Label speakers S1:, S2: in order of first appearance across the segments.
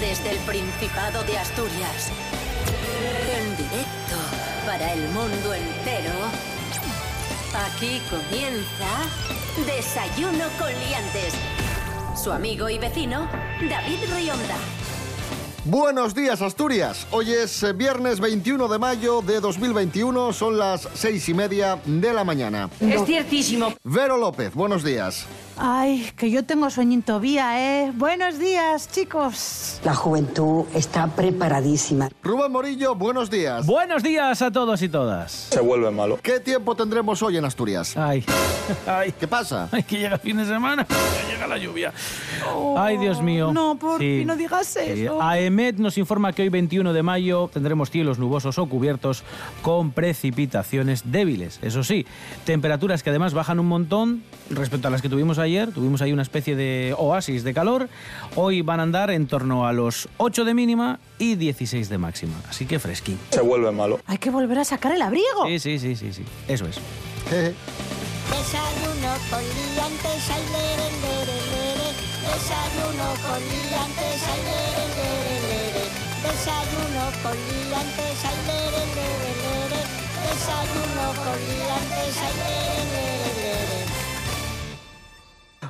S1: Desde el Principado de Asturias. En directo para el mundo entero. Aquí comienza Desayuno con Liantes. Su amigo y vecino, David Rionda.
S2: Buenos días, Asturias. Hoy es eh, viernes 21 de mayo de 2021. Son las seis y media de la mañana.
S3: Es ciertísimo.
S2: Vero López, buenos días.
S4: Ay, que yo tengo sueño todavía, ¿eh? Buenos días, chicos.
S5: La juventud está preparadísima.
S2: Rubén Morillo, buenos días.
S6: Buenos días a todos y todas.
S7: se vuelve malo.
S2: ¿Qué tiempo tendremos hoy en Asturias?
S6: Ay, ay,
S2: ¿Qué pasa?
S6: ay, que llega fin de semana, ya llega la lluvia. ay, Dios mío.
S4: Oh, no, por fin, no digas eso.
S6: AEMET nos informa que hoy 21 de mayo tendremos cielos nubosos o cubiertos con precipitaciones débiles. Eso sí, temperaturas que además bajan un montón respecto a las que tuvimos ayer. Tuvimos ahí una especie de oasis de calor. Hoy van a andar en torno a los 8 de mínima y 16 de máxima. Así que fresquín.
S7: Se vuelve malo.
S4: Hay que volver a sacar el abrigo.
S6: Sí, sí, sí, sí, sí. Eso es.
S2: Jeje.
S8: Desayuno con liantes, ay, lere, lere, lere. Desayuno con liantes, ay, lere, lere, lere. Desayuno con liantes, ay, lere, lere, lere. Desayuno con liantes, ay, lere, lere, lere.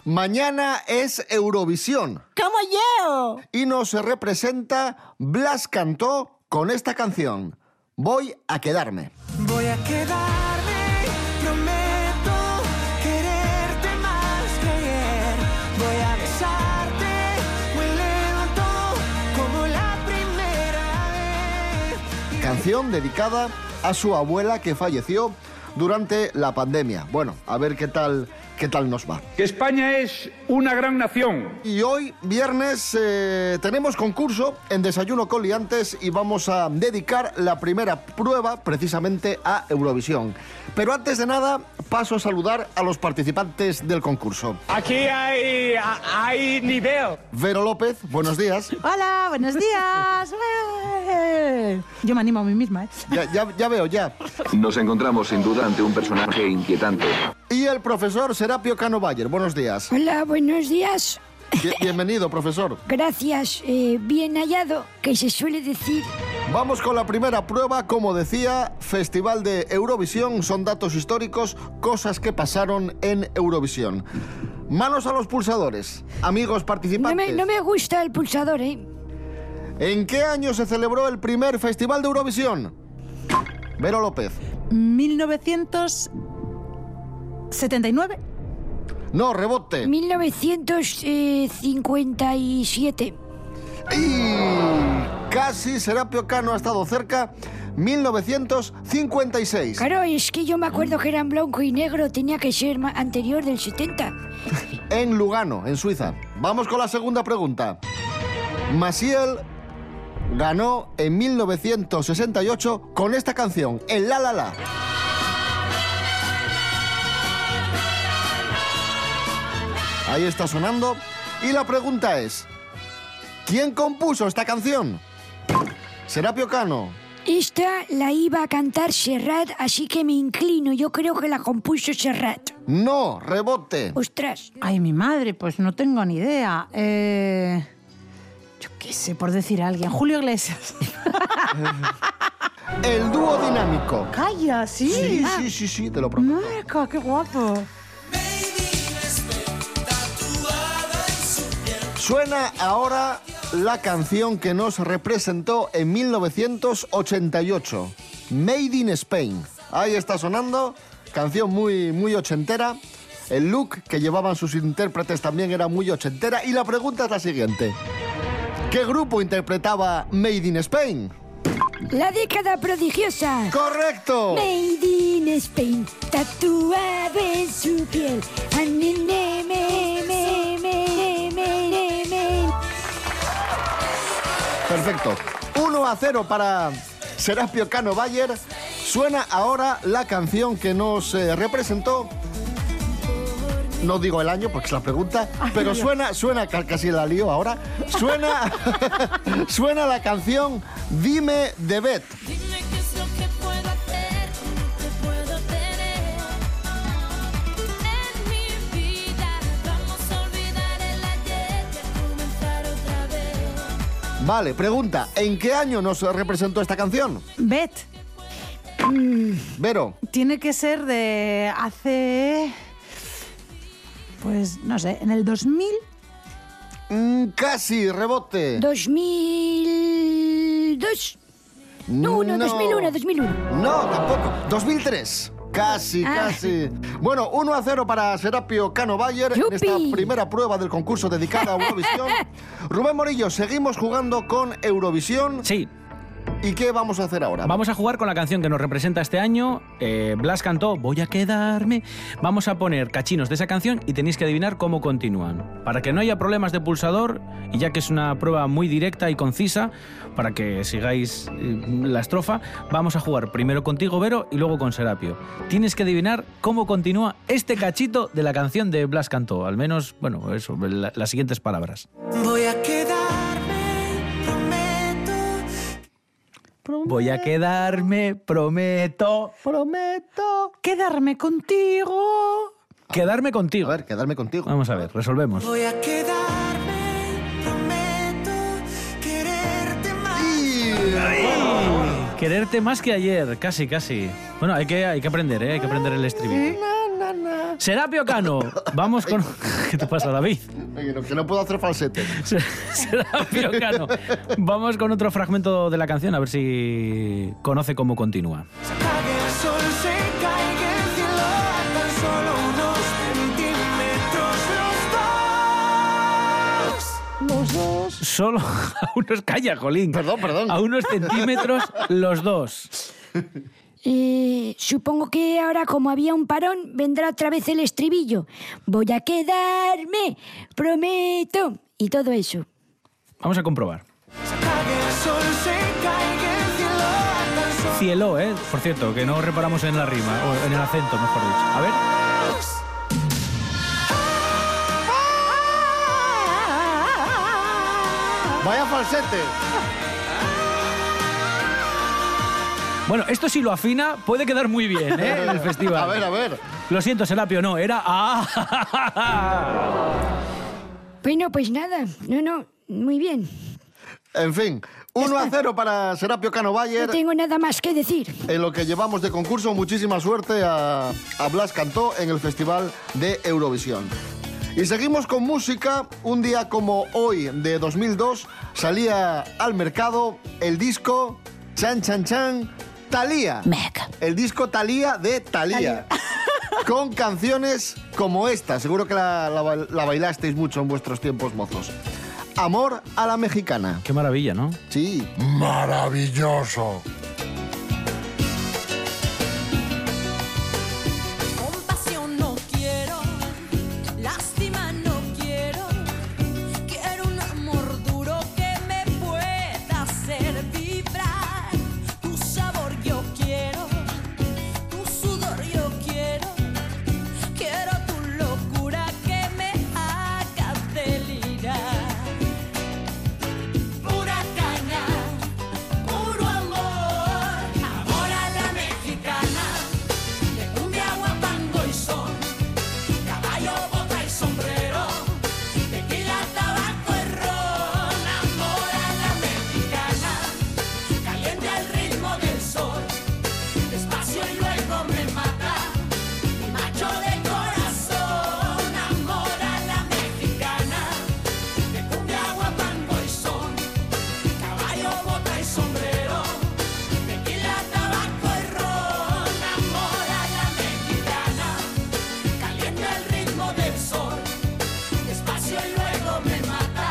S2: Mañana es Eurovisión
S4: ¡Como yo!
S2: y nos representa Blas Cantó con esta canción. Voy a quedarme.
S9: Voy a quedarme, prometo quererte más que ayer. Voy a besarte, me levanto como la primera vez.
S2: Canción dedicada a su abuela que falleció durante la pandemia. Bueno, a ver qué tal, qué tal nos va.
S10: que España es una gran nación.
S2: Y hoy, viernes, eh, tenemos concurso en Desayuno con Liantes y vamos a dedicar la primera prueba precisamente a Eurovisión. Pero antes de nada, paso a saludar a los participantes del concurso.
S10: Aquí hay, hay nivel.
S2: Vero López, buenos días.
S4: Hola, buenos días. Eh. Yo me animo a mí misma, ¿eh?
S2: Ya, ya- ya veo, ya.
S11: Nos encontramos sin duda ante un personaje inquietante.
S2: Y el profesor Serapio Cano Bayer, buenos días.
S8: Hola, buenos días.
S2: Bien- bienvenido, profesor.
S8: Gracias, eh, bien hallado, que se suele decir.
S2: Vamos con la primera prueba, como decía, Festival de Eurovisión, son datos históricos, cosas que pasaron en Eurovisión. Manos a los pulsadores, amigos participantes.
S8: gusta el pulsador, ¿eh?
S2: ¿En qué año se celebró el primer Festival de Eurovisión? Vero López.
S4: 1979.
S2: No, rebote.
S8: 1957.
S2: Y casi Serapio Cano ha estado cerca. 1956.
S8: Claro, es que yo me acuerdo que eran blanco y negro, tenía que ser ma- anterior del 70.
S2: en Lugano, en Suiza. Vamos con la segunda pregunta. Maciel ganó en 1968 con esta canción, el La La La. Ahí está sonando. Y la pregunta es, ¿quién compuso esta canción? Serapio Cano.
S8: Esta la iba a cantar Serrat, así que me inclino, yo creo que la compuso Serrat.
S2: No, rebote.
S8: Ostras,
S4: Ay, mi madre, pues no tengo ni idea. Eh, yo qué sé, por decir a alguien. Julio Iglesias.
S2: El dúo dinámico.
S4: ¡Calla, sí!
S2: Sí,
S4: Ah,
S2: sí, sí, sí, te lo prometo.
S4: Marca, qué guapo.
S2: Suena ahora la canción que nos representó en 1988, Made in Spain. Ahí está sonando, canción muy, muy ochentera. El look que llevaban sus intérpretes también era muy ochentera. Y la pregunta es la siguiente. ¿Qué grupo interpretaba Made in Spain?
S8: la década prodigiosa.
S2: ¡Correcto!
S8: Made in Spain, tatuado en su piel.
S2: Perfecto. 1 a 0 para Serapio Cano Bayer. Suena ahora la canción que nos eh, representó. No digo el año porque es la pregunta, pero suena, suena, ca- casi la lío ahora. Suena, suena la canción Dime de Bet.
S9: Dime qué es lo que puedo hacer, te puedo tener. En mi vida, vamos a olvidar el ayer y a comenzar otra vez.
S2: Vale, pregunta, ¿en qué año nos representó esta canción?
S4: Bet,
S2: Vero,
S4: tiene que ser de hace. Pues no sé, en el 2000.
S2: mm, casi, rebote.
S8: 2002. No, no, 2001, 2001.
S2: No, tampoco. 2003. Casi,
S8: Ah.
S2: casi. Bueno, 1 a 0 para Serapio Cano Bayer en esta
S8: ¡Yupi!
S2: primera prueba del concurso dedicada a Eurovisión. Rubén Morillo, seguimos jugando con Eurovisión.
S6: Sí,
S2: ¿Y qué vamos a hacer ahora?
S6: Vamos a jugar con la canción que nos representa este año. Eh, Blas cantó Voy a quedarme. Vamos a poner cachinos de esa canción y tenéis que adivinar cómo continúan. Para que no haya problemas de pulsador, y ya que es una prueba muy directa y concisa, para que sigáis eh, la estrofa, vamos a jugar primero contigo, Vero, y luego con Serapio. Tienes que adivinar cómo continúa este cachito de la canción de Blas cantó. Al menos, bueno, eso, la- las siguientes palabras.
S12: Voy a quedarme, prometo.
S6: Voy a quedarme, prometo.
S2: Prometo.
S4: Quedarme contigo.
S6: Quedarme
S2: A
S6: contigo.
S2: ver, quedarme contigo.
S6: Vamos a ver, resolvemos.
S12: Voy a quedarme, prometo. Quererte más.
S2: Y-
S6: Quererte más que ayer, casi, casi. Bueno, hay que, hay que aprender, ¿eh? Hay que aprender el streaming. Serapio Cano, vamos con... ¿Qué te pasa, David?
S2: Oye, no, que no puedo hacer falsete.
S6: Se- Serapio Cano, vamos con otro fragmento de la canción, a ver si conoce cómo continúa.
S12: Se apague el sol, se caiga el cielo. A tan solo unos centímetros los dos.
S6: Solo a unos... Calla, Jolín.
S2: Perdón, perdón.
S6: A unos centímetros los dos.
S8: Eh, supongo que ahora, como había un parón, vendrá otra vez el estribillo. Voy a quedarme, prometo. Y todo eso.
S6: Vamos a comprobar.
S12: Se apague el sol, se caiga el cielo. A tan solo
S6: Cielo, ¿eh? Por cierto, que no reparamos en la rima, o en el acento, mejor dicho. A ver...
S2: Vaya falsete.
S6: Bueno, esto si lo afina puede quedar muy bien, ¿eh? En el festival.
S2: A ver, a ver.
S6: Lo siento, Serapio, no, era... Ah.
S8: Bueno, pues nada. No, no. Muy bien.
S2: En fin, 1 a 0 para Serapio Cano
S8: No
S2: Bayer.
S8: tengo nada más que decir.
S2: En lo que llevamos de concurso, muchísima suerte a, a Blas Cantó en el Festival de Eurovisión. Y seguimos con música. Un día como hoy, de 2002, salía al mercado el disco Chan Chan Chan Talía. El disco Talía de Talía. Con canciones como esta. Seguro que la- la bail- la bailasteis mucho en vuestros tiempos mozos. Amor a la mexicana.
S6: Qué maravilla, ¿no?
S2: Sí,
S10: Maravilloso.
S9: Compasión no quiero, lástima no quiero, quiero un amor duro que me pueda hacer vibrar. Tu sabor yo quiero, tu sudor yo quiero, quiero tu locura que me haga delirar. Pura caña, puro amor, amor a la mexicana de cumbia, guapango y son, caballo, bota y sombrero, tequila, tabaco y ron, amor a la mexicana, caliente al ritmo del sol, despacio y luego me mata, un macho de corazón, amor a la mexicana, de cumbia, guapango y son, caballo, bota y sombrero, tequila, tabaco y ron, amor a la mexicana, caliente al ritmo del sol, despacio y luego me mata,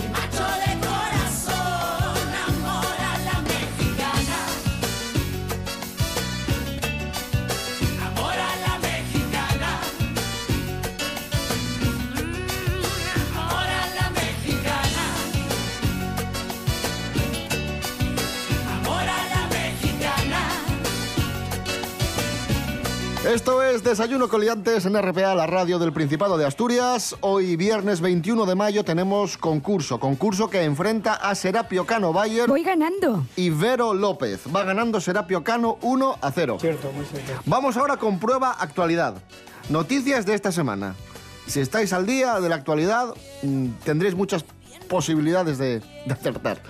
S9: mi macho de corazón, amor a la mexicana, amor a la mexicana, Mm, amor a la mexicana. Amor a la mexicana.
S2: Esto es Desayuno con Liantes en RPA, la radio del Principado de Asturias. Hoy, viernes 21 de mayo, tenemos concurso. Concurso que enfrenta a Serapio Cano Bayer
S8: Voy ganando.
S2: y Vero López. Va ganando Serapio Cano 1 a 0. Cierto, muy cierto. Vamos ahora con prueba actualidad. Noticias de esta semana. Si estáis al día de la actualidad, mm, tendréis muchas posibilidades de, de acertar.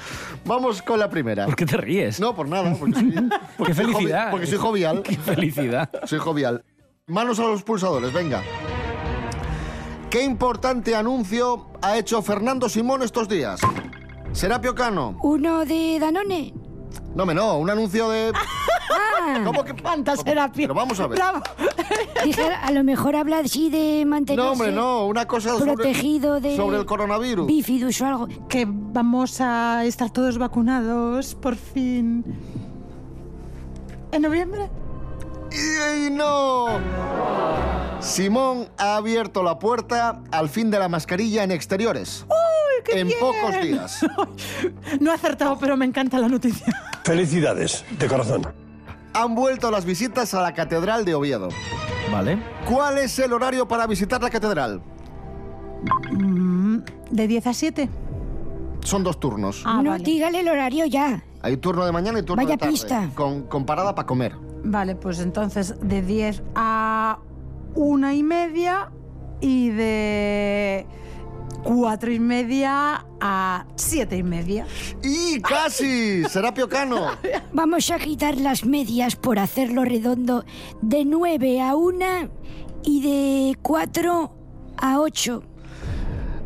S2: Vamos con la primera. ¿Por
S6: qué te ríes?
S2: No, por nada. Porque soy, porque soy jovi-
S6: felicidad! ¿eh?
S2: porque soy jovial.
S6: ¡Qué felicidad!
S2: Soy jovial. Manos a los pulsadores, venga. ¿Qué importante anuncio ha hecho Fernando Simón estos días? Serapio Cano.
S8: ¿Uno de Danone?
S2: No, me no, un anuncio de... ¿Cómo que
S4: planta Serapio?
S2: Pero vamos a ver.
S8: Dije, a lo mejor habla así de mantenerse...
S2: No, hombre, no, una cosa sobre-
S8: protegido de...
S2: sobre el coronavirus.
S8: Bifidus o algo.
S4: Que vamos a estar todos vacunados, por fin. ¿En noviembre?
S2: ¡Y no! Simón ha abierto la puerta al fin de la mascarilla en exteriores.
S4: ¡Uy, qué
S2: en
S4: bien!
S2: pocos días.
S4: No he acertado, pero me encanta la noticia.
S10: Felicidades, de corazón.
S2: Han vuelto las visitas a la Catedral de Oviedo.
S6: Vale.
S2: ¿Cuál es el horario para visitar la catedral?
S4: Mm, De 10 a 7.
S2: Son dos turnos.
S4: Ah,
S8: no,
S4: vale.
S8: dígale el horario ya.
S2: Hay turno de mañana y turno
S8: Vaya
S2: de tarde.
S8: pista.
S2: Con, con parada para comer.
S4: Vale, pues entonces de 10 a una y media y de cuatro y media a siete y media.
S2: ¡Y casi! Serapio Cano.
S8: Vamos a quitar las medias por hacerlo redondo de 9 a 1 y de 4 a 8.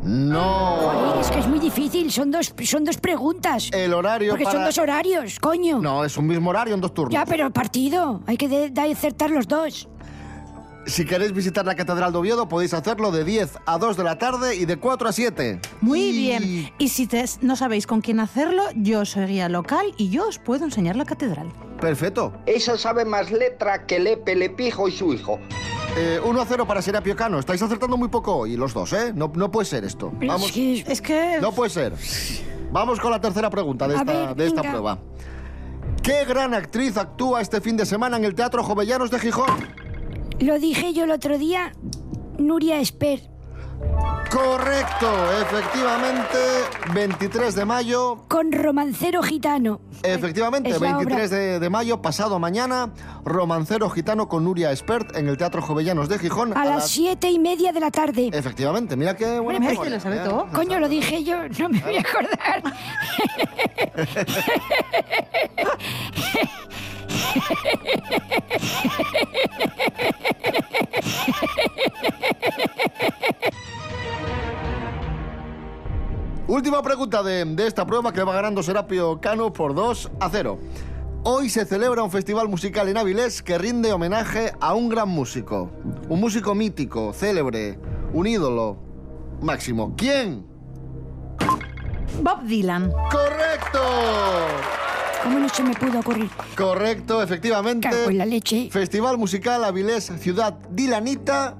S2: No.
S8: Es que es muy difícil, son dos, son dos preguntas.
S2: El horario
S8: Porque son
S2: para-
S8: dos horarios, coño.
S2: No, es un mismo horario en dos turnos.
S8: Ya, pero partido, hay que de- de acertar los dos.
S2: Si queréis visitar la Catedral de Oviedo, podéis hacerlo de 10 a 2 de la tarde y de 4 a 7.
S4: Muy bien. Y si te- no sabéis con quién hacerlo, yo soy guía local y yo os puedo enseñar la catedral.
S2: Perfecto.
S13: Esa sabe más letra que Lepe, Lepijo y su hijo.
S2: Eh, 1 a 0 para Serapio Cano. Estáis acertando muy poco hoy, los dos, ¿eh? No, no puede ser esto. Vamos.
S8: eh,
S4: Es que...
S2: No puede ser. Vamos con la tercera pregunta de
S8: A
S2: esta,
S8: ver,
S2: de esta
S8: venga.
S2: prueba. ¿Qué gran actriz actúa este fin de semana en el Teatro Jovellanos de Gijón?
S8: Lo dije yo el otro día, Nuria Esper.
S2: Correcto, efectivamente, 23 de mayo.
S8: Con romancero gitano.
S2: Efectivamente,
S8: Es la obra.
S2: 23 de, de mayo, pasado mañana, Romancero Gitano con Nuria Expert en el Teatro Jovellanos de Gijón.
S8: A las siete y media de la tarde.
S2: Eh, Efectivamente, mira qué buena
S8: Hombre,
S2: memoria, ¿eh?
S8: Coño, lo dije yo, no me voy a acordar.
S2: Última pregunta de, de esta prueba que va ganando Serapio Cano por 2 a 0. Hoy se celebra un festival musical en Avilés que rinde homenaje a un gran músico. Un músico mítico, célebre, un ídolo máximo. ¿Quién?
S4: Bob Dylan.
S2: ¡Correcto!
S8: ¿Cómo no se me pudo ocurrir?
S2: Correcto, efectivamente.
S8: Cago en la leche.
S2: Festival musical Avilés, ciudad dilanita.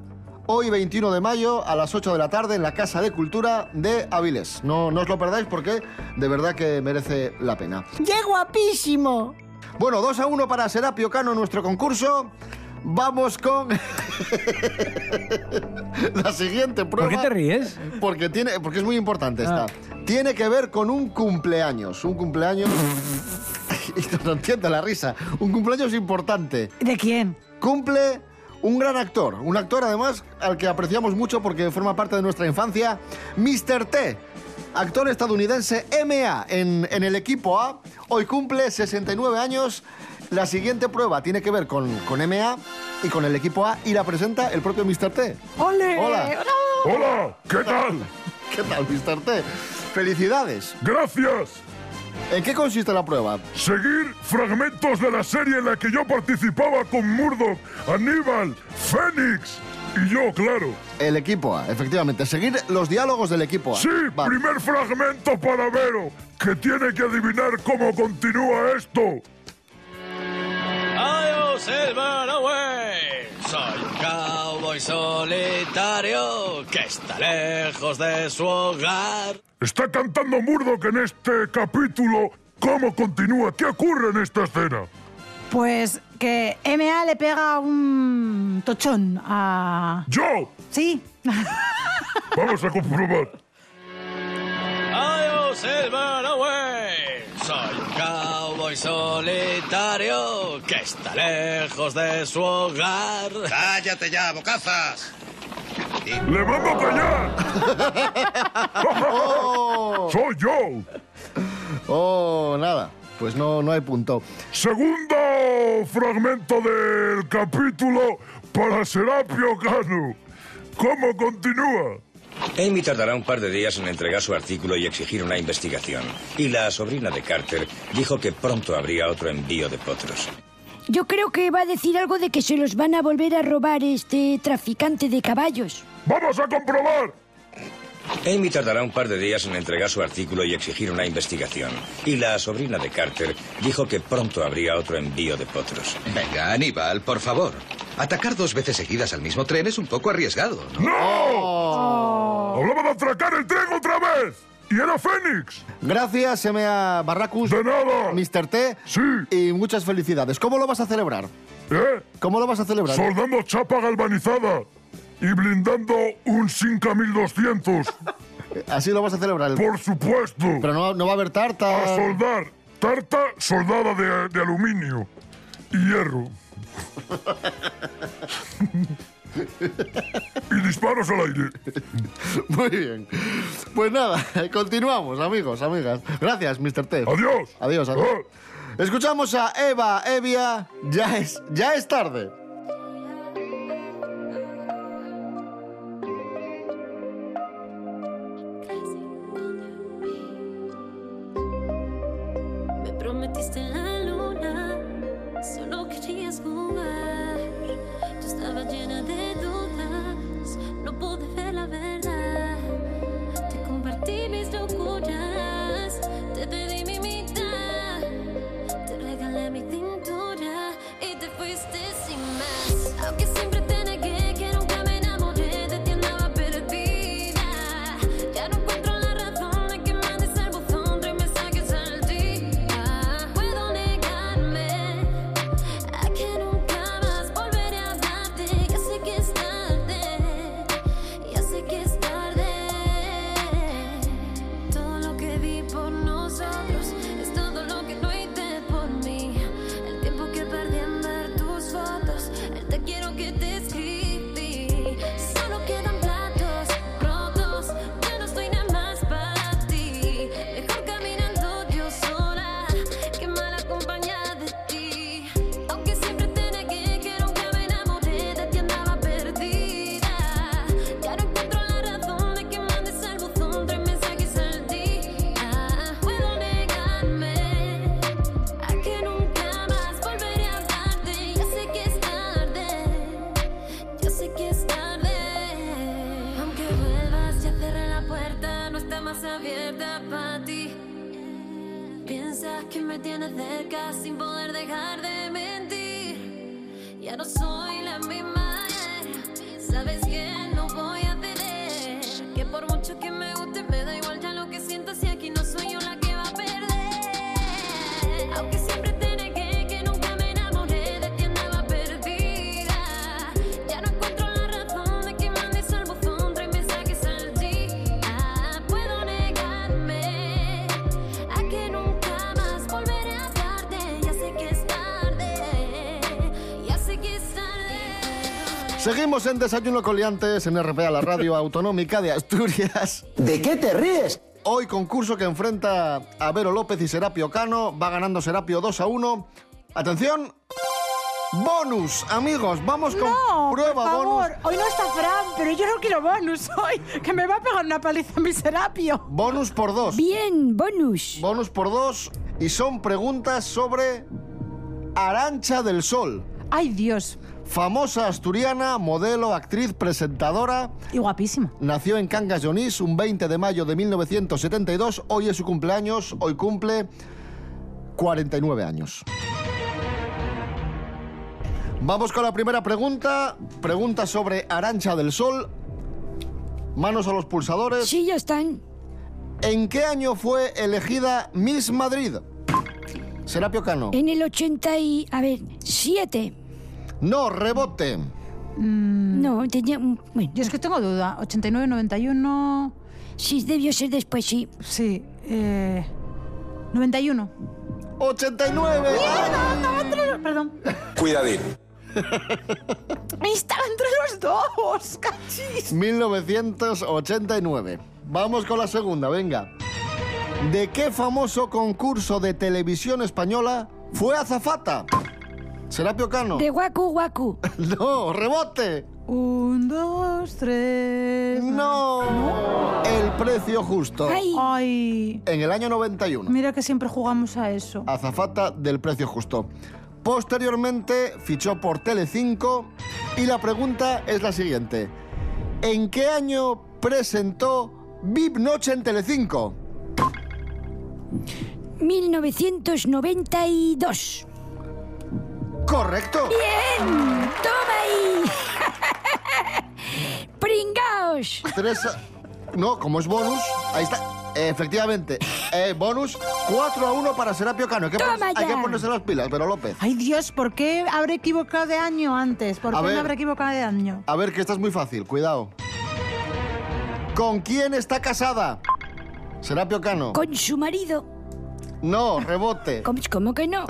S2: Hoy 21 de mayo a las 8 de la tarde en la Casa de Cultura de Avilés. No, no os lo perdáis porque de verdad que merece la pena.
S14: ¡Qué guapísimo!
S2: Bueno, 2 a 1 para Serapio Cano en nuestro concurso. Vamos con la siguiente prueba.
S6: qué te ríes? Ah.
S2: Porque, tiene, porque es muy importante esta. Tiene que ver con un cumpleaños. Un cumpleaños... Esto no entiendo la risa. Un cumpleaños importante.
S4: ¿De quién?
S2: Cumple un gran actor. Un actor, además, al que apreciamos mucho porque forma parte de nuestra infancia. Mr. T. Actor estadounidense MA en, en el equipo A. Hoy cumple 69 años. La siguiente prueba tiene que ver con, con MA y con el equipo A y la presenta el propio Mr. T.
S8: Eh,
S4: ¡Ole!
S2: Hola.
S4: ¡Bravo!
S10: Hola, ¿qué tal?
S2: ¿Qué tal, Mr. T? Felicidades.
S10: Gracias.
S2: ¿En qué consiste la prueba?
S10: Seguir fragmentos de la serie en la que yo participaba con Murdoch, Aníbal, Fénix y yo, claro.
S2: El equipo A, efectivamente. Seguir los diálogos del equipo A.
S10: Sí,
S2: Vale.
S10: primer fragmento para Vero, que tiene que adivinar cómo continúa esto.
S15: Adiós, Silverway. Soy un cowboy solitario que está lejos de su hogar.
S10: Está cantando Murdoch en este capítulo. ¿Cómo continúa? ¿Qué ocurre en esta escena?
S4: Pues que MA le pega un tochón a...
S10: ¡Yo!
S4: Sí.
S10: Vamos a comprobar.
S15: Adiós, Silverway. Soy un cowboy solitario que está lejos de su hogar. ¡Cállate ya, bocazas!
S10: ¡Le mando a callar!
S2: ¡Oh! no.
S10: ¡Soy yo!
S2: Oh, nada. Pues no, no hay punto.
S10: Segundo fragmento del capítulo para Serapio Cano. ¿Cómo continúa?
S16: Amy tardará un par de días en entregar su artículo y exigir una investigación. Y la sobrina de Carter dijo que pronto habría otro envío de potros.
S17: Yo creo que va a decir algo de que se los van a volver a robar este traficante de caballos.
S10: ¡Vamos a comprobar!
S16: Amy tardará un par de días en entregar su artículo y exigir una investigación. Y la sobrina de Carter dijo que pronto habría otro envío de potros.
S7: Venga, Aníbal, por favor. Atacar dos veces seguidas al mismo tren es un poco arriesgado, ¿no?
S10: ¡No! Hablaba de atracar el tren otra vez. Y era Fénix.
S2: Gracias, M.A. Barracus.
S10: De nada.
S2: Mr. T.
S10: Sí.
S2: Y muchas felicidades. ¿Cómo lo vas a celebrar?
S10: ¿Eh?
S2: ¿Cómo lo vas a celebrar?
S10: Soldando chapa galvanizada y blindando un 5200.
S2: Así lo vas a celebrar. el-
S10: Por Ah, supuesto.
S2: Pero no, no va a haber
S9: Em.
S2: tarta.
S10: A soldar. Tarta soldada de, de aluminio y hierro. y disparos al aire.
S2: Muy bien. Pues nada, continuamos, amigos, amigas. Gracias, Mr. T.
S10: Adiós. Ah.
S2: Adiós, adiós. Escuchamos a Eva Evia. Ya es, ya es tarde.
S8: Me prometiste en la luna, solo querías jugar. Yo estaba llena de dudas, no pude ver la verdad. Te compartí mis locuras, te pedí mi mitad, te regalé mi tintura y te fuiste sin más. Aunque siempre te negué que nunca me enamoré de ti andaba perdida. Ya no encuentro la razón de que mandes al buzón tres mensajes al día. Puedo negarme a que nunca más volveré a hablarte. Ya sé que es tarde, ya sé que es tarde. Todo lo que di por nosotros es todo lo que no hice por mí. El tiempo que perdí en ver tus fotos, el te quiero que te escribí. Solo quedan platos rotos, ya no estoy nada más para ti. Mejor caminando yo sola que mal acompañada de ti. Aunque siempre te negué que nunca me enamoré de ti andaba perdida. Ya no encuentro la razón de que mandes al buzón tres mensajes al día. Puedo negarme a que nunca más volveré a hablarte. Ya sé que es tarde, ya sé que es tarde. Aunque vuelvas, ya cerré la puerta, no está más abierta para ti. Piensas que me tienes cerca sin poder dejar de mentir. Ya no soy la misma ayer. Sabes que no voy a ceder. Que por mucho que me guste, me da igual ya lo que sientas. Y aquí no soy yo la que va a perder. Aunque siempre te negué que nunca me enamoré de ti, andaba perdida. Ya no encuentro la razón de que mandes al buzón tres mensajes al día. Puedo negarme a que nunca más volveré a hablarte. Ya sé que es tarde. Ya sé que es tarde.
S2: Seguimos en Desayuno Coliantes en RPA, la radio autonómica de Asturias. ¿De qué te ríes? Hoy concurso que enfrenta a Vero López y Serapio Cano. Va ganando Serapio 2 a 1. Atención. Bonus, amigos. Vamos con
S4: No,
S2: prueba
S4: por favor,
S2: bonus.
S4: hoy no está Fran, pero yo no quiero bonus hoy, que me va a pegar una paliza mi serapio.
S2: Bonus por dos.
S17: Bien, bonus.
S2: Bonus por dos. Y son preguntas sobre Arancha del Sol.
S4: Ay, Dios.
S2: Famosa asturiana, modelo, actriz, presentadora.
S4: Y guapísima.
S2: Nació en Cangas de Onís un 20 de mayo de 1972. Hoy es su cumpleaños. Hoy cumple 49 años. Vamos con la primera pregunta. Pregunta sobre Arancha del Sol. Manos a los pulsadores.
S17: Sí, ya están.
S2: ¿En qué año fue elegida Miss Madrid? Serapio Cano.
S8: ¿Eh?
S17: En el 80 y... A ver, 7.
S2: No, rebote.
S17: No, tenía... un- Bueno,
S4: Yo es que tengo duda. 89, 91.
S17: sí, debió ser después, sí.
S4: Sí. Eh, 91.
S2: 89.
S4: ¡Mierda! Estaba entre los. Perdón.
S18: Cuidadín.
S4: Estaba entre los dos. ¡Cachis!
S2: 1989. Vamos con la segunda, venga. ¿De qué famoso concurso de televisión española fue azafata? Serapio Cano.
S8: De Waku Waku.
S2: No, rebote.
S4: Un, dos, tres.
S2: No. El precio justo.
S4: Ay. Ay.
S2: En el año 91.
S4: Mira que siempre jugamos a eso.
S2: Azafata del precio justo. Posteriormente fichó por Telecinco y la pregunta es la siguiente. ¿En qué año presentó VIP Noche en Telecinco?
S8: 1992.
S2: Correcto.
S8: Bien. Toma ahí. Pringaos.
S2: Tres... a- No, como es bonus, ahí está. Efectivamente, eh, bonus 4 a 1 para Serapio Cano. Hay que,
S4: Toma
S2: ponerse- hay
S4: ya.
S2: que ponerse las pilas, pero López.
S4: Ay, Dios, ¿por qué habré equivocado de año antes? ¿Por
S2: A
S4: qué
S2: ver.
S4: me habré equivocado de año?
S2: A ver, que esta es muy fácil, cuidado. ¿Con quién está casada? Serapio Cano.
S8: Con su marido.
S2: No, rebote.
S8: ¿Cómo, cómo que no?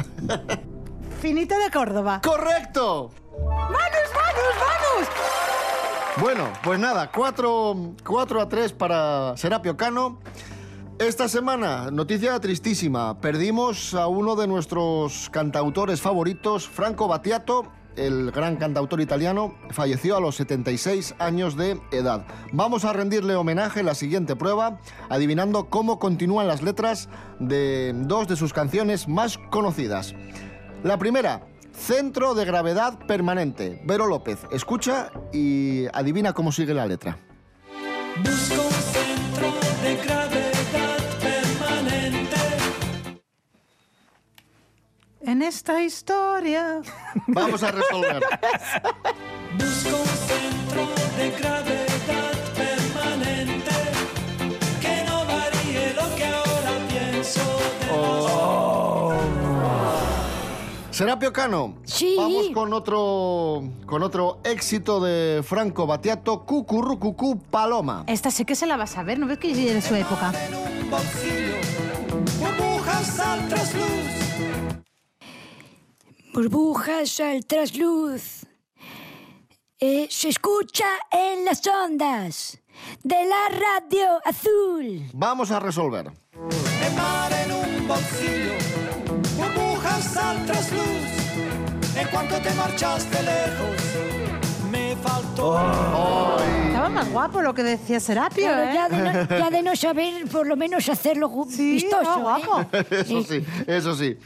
S4: Finito de Córdoba.
S2: ¡Correcto!
S4: ¡Manos, manos,
S2: Bueno, pues nada, 4, a 3 para Serapio Cano. Esta semana, noticia tristísima, perdimos a uno de nuestros cantautores favoritos, Franco Battiato, el gran cantautor italiano, falleció a los 76 años de edad. Vamos a rendirle homenaje en la siguiente prueba, adivinando cómo continúan las letras de dos de sus canciones más conocidas. La primera, centro de gravedad permanente. Vero López, escucha y adivina cómo sigue la letra.
S9: Busco un centro de gravedad permanente.
S4: manos! En esta historia.
S2: Vamos a resolver.
S9: Busco un centro de gravedad permanente. Que no varíe lo que ahora pienso de
S2: Oh. Serapio Cano, vamos con otro, con otro éxito de Franco Batiato, Cucurrucucú Paloma.
S4: Esta sé que se la vas a ver, ¿no ves que es de su época?
S9: un bolsillo. Burbujas al trasluz.
S8: Burbujas al trasluz. Eh, se escucha en las ondas de la radio azul.
S2: Vamos a resolver.
S9: El mar en un bolsillo. Burbujas al trasluz. En cuanto te marchaste lejos, me faltó.
S4: Estaba más guapo lo que decía Serapio,
S8: Claro,
S4: ¿eh?
S8: ya, de no, ya de no saber, por lo menos hacerlo gu- vistoso.
S4: estaba guapo.
S8: ¿eh?
S2: Eso sí, eso sí.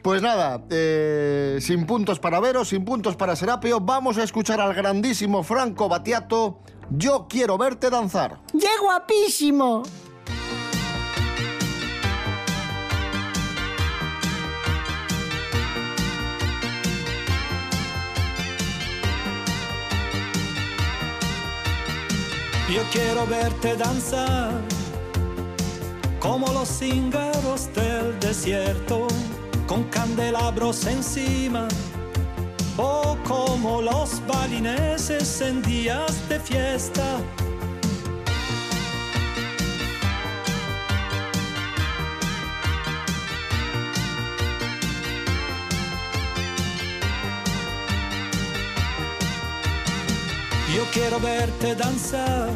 S2: Pues nada, eh, sin puntos para Vero, sin puntos para Serapio, vamos a escuchar al grandísimo Franco Batiato, Yo quiero verte danzar.
S14: ¡Qué guapísimo!
S9: Yo quiero verte danzar como los cíngaros del desierto, con candelabros encima, o como los balineses en días de fiesta. Io quiero verte danzar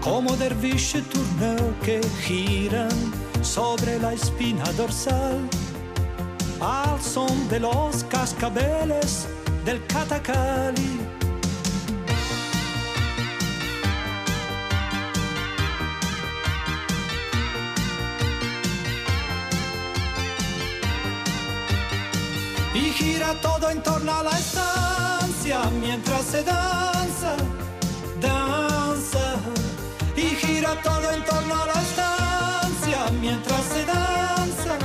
S9: como dervisce tourneur che giran sobre la espina dorsal al son de los cascabeles del catacali. y gira todo en torno a la estancia mientras se danza, danza. Y gira todo en torno a la estancia mientras se danza.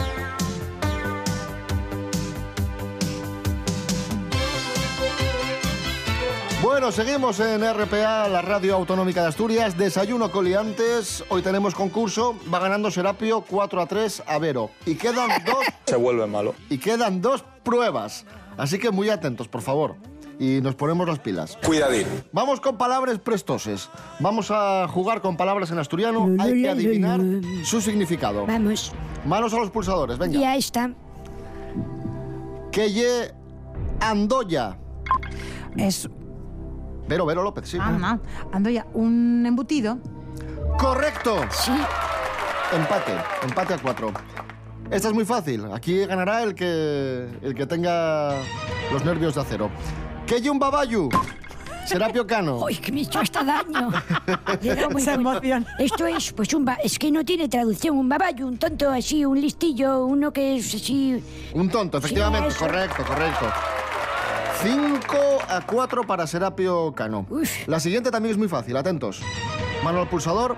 S2: Bueno, seguimos en RPA, la radio autonómica de Asturias. Desayuno coliantes. Hoy tenemos concurso. Va ganando Serapio 4 a 3 a Vero. Y quedan dos.
S7: Se vuelve malo.
S2: Y quedan dos pruebas. Así que muy atentos, por favor. Y nos ponemos las pilas.
S7: Cuidadín.
S2: Vamos con palabras prestoses. Vamos a jugar con palabras en asturiano. Hay que adivinar su significado.
S8: Vamos.
S2: Manos a los pulsadores, venga.
S8: Y ahí está.
S2: Que ye Andoya.
S4: Es.
S2: Vero, Vero López, sí.
S4: Ah, no. Ando ya, un embutido.
S2: Correcto.
S8: Sí.
S2: Empate, empate a cuatro. Esta es muy fácil. Aquí ganará el que, el que tenga los nervios de acero. Keyun Babayu. Serapio Cano.
S8: ¡Uy, que me he hecho hasta daño! Le he dado muy
S4: Se
S8: fuerte.
S4: emociona.
S8: Esto es, pues, un ba- es que no tiene traducción. Un babayo, un tonto así, un listillo, uno que es así...
S2: Un tonto, efectivamente.
S8: eso.
S2: correcto, correcto. 5 a 4 para Serapio Cano. La siguiente también es muy fácil, atentos. Mano al pulsador.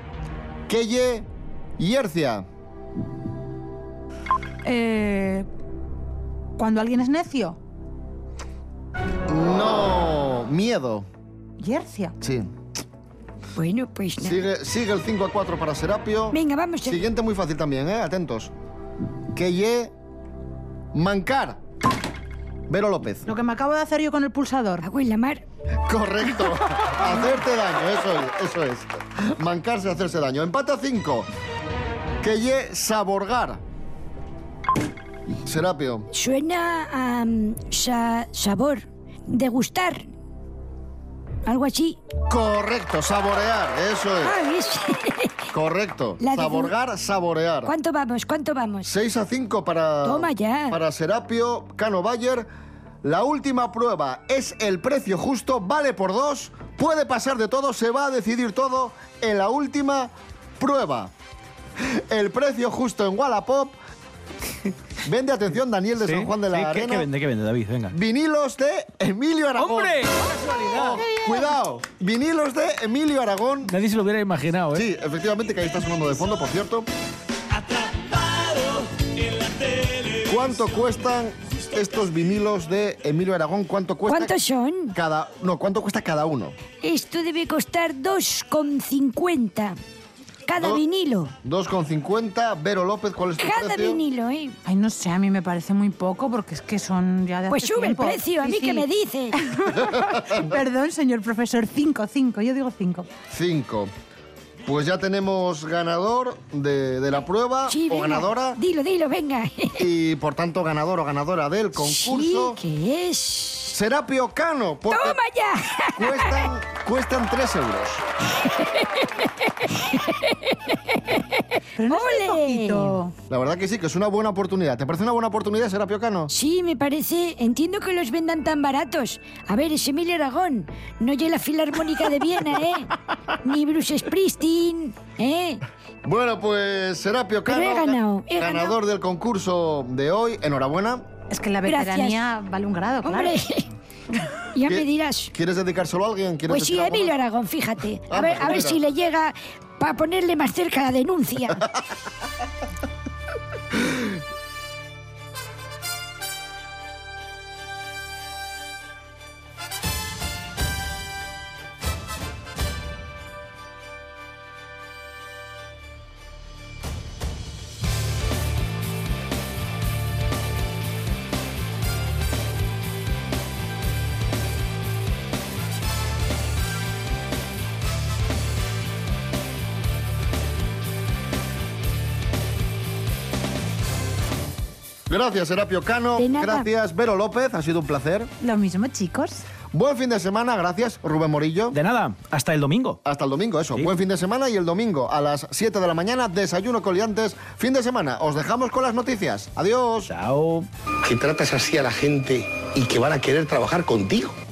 S2: Keye Yercia.
S4: Eh, cuando alguien es necio,
S2: No. Miedo.
S4: Yercia.
S2: Sí.
S8: Bueno, pues nada.
S2: Sigue, sigue el 5 a 4 para Serapio.
S8: Venga, vamos. eh.
S2: Siguiente muy fácil también, ¿eh? Atentos. Keye Mancar. Vero López.
S4: Lo que me acabo de hacer yo con el pulsador.
S8: Agua en la mar.
S2: Correcto. Hacerte daño, eso es, eso es. Mancarse, hacerse daño. Empate a 5. Keye Saborgar. Serapio.
S8: Suena a mm, sa- sabor, degustar, algo así.
S2: Correcto, saborear, eso es.
S8: Ah, es-
S2: Correcto.
S8: La de-
S2: Saborgar, saborear.
S8: ¿Cuánto vamos? ¿Cuánto vamos?
S2: 6 a 5 para.
S8: Toma ya.
S2: Para Serapio, Cano Bayer. La última prueba es el precio justo, vale por dos, puede pasar de todo, se va a decidir todo en la última prueba. El precio justo en Wallapop. Vende atención, Daniel de
S6: Sí,
S2: San Juan de la
S6: sí, ¿qué-
S2: Arena.
S6: ¿Qué vende, qué vende, David? Venga.
S2: Vinilos de Emilio Aragón.
S6: ¡Hombre!
S2: Oh, cuidado, vinilos de Emilio Aragón.
S6: Nadie se lo hubiera imaginado, ¿eh?
S2: Sí, efectivamente, que ahí está sonando de fondo, por cierto. ¿Cuánto cuestan estos vinilos de Emilio Aragón? ¿Cuánto cuesta?
S8: ¿Cuántos son?
S2: Cada, no, ¿cuánto cuesta cada uno?
S8: Esto debe costar 2,50 cada
S2: Do-
S8: vinilo.
S2: 2,50. Vero López, ¿cuál es tu
S8: Cada
S2: precio?
S8: vinilo, ¿eh?
S4: Ay, no sé, a mí me parece muy poco porque es que son ya de
S8: Pues
S4: hace
S8: sube el
S4: tiempo.
S8: precio, a
S4: Sí,
S8: mí que
S4: sí.
S8: me dices.
S4: Perdón, señor profesor, cinco, cinco, yo digo cinco.
S2: 5. Pues ya tenemos ganador de, de la prueba
S8: Sí,
S2: o
S8: venga,
S2: ganadora.
S8: Dilo, dilo, venga.
S2: Y por tanto, ganador o ganadora del concurso.
S8: Sí, ¿qué es?
S2: Serapio Cano, porque
S8: ¡Toma ya!
S2: cuestan, cuestan 3 euros.
S4: Pero no es muy
S8: ¡Ole!
S4: poquito.
S2: La verdad que sí, que es una buena oportunidad. ¿Te parece una buena oportunidad, Serapio Cano?
S8: Sí, me parece. Entiendo que los vendan tan baratos. A ver, es Emilio Aragón. No oye la Filarmónica de Viena, ¿eh? Ni Bruce Springsteen, ¿eh?
S2: Bueno, pues Serapio
S8: Pero
S2: Cano,
S8: he ganado, he
S2: ganador
S8: ganado.
S2: del concurso de hoy. Enhorabuena.
S4: Es que la
S8: Gracias.
S4: veteranía vale un grado, claro.
S8: Hombre, ya me
S2: ¿Qué- Ah,
S8: dirás.
S2: ¿Quieres dedicárselo a alguien? ¿Quieres
S8: Pues sí,
S2: decir algo
S8: Emilio
S2: más?
S8: Aragón, fíjate. A
S2: Anda,
S8: ver, a ver
S2: mira.
S8: si le llega para ponerle más cerca la denuncia.
S2: Gracias, Serapio Cano.
S8: De nada.
S2: Gracias, Vero López. Ha sido un placer.
S4: Lo mismo, chicos.
S2: Buen fin de semana. Gracias, Rubén Morillo.
S6: De nada, hasta el domingo.
S2: Hasta el domingo, eso. Buen fin de semana y el domingo a las 7 de la mañana, desayuno coliantes. Fin de semana. Os dejamos con las noticias. Adiós.
S6: Chao.
S7: que tratas así a la gente y que van a querer trabajar contigo.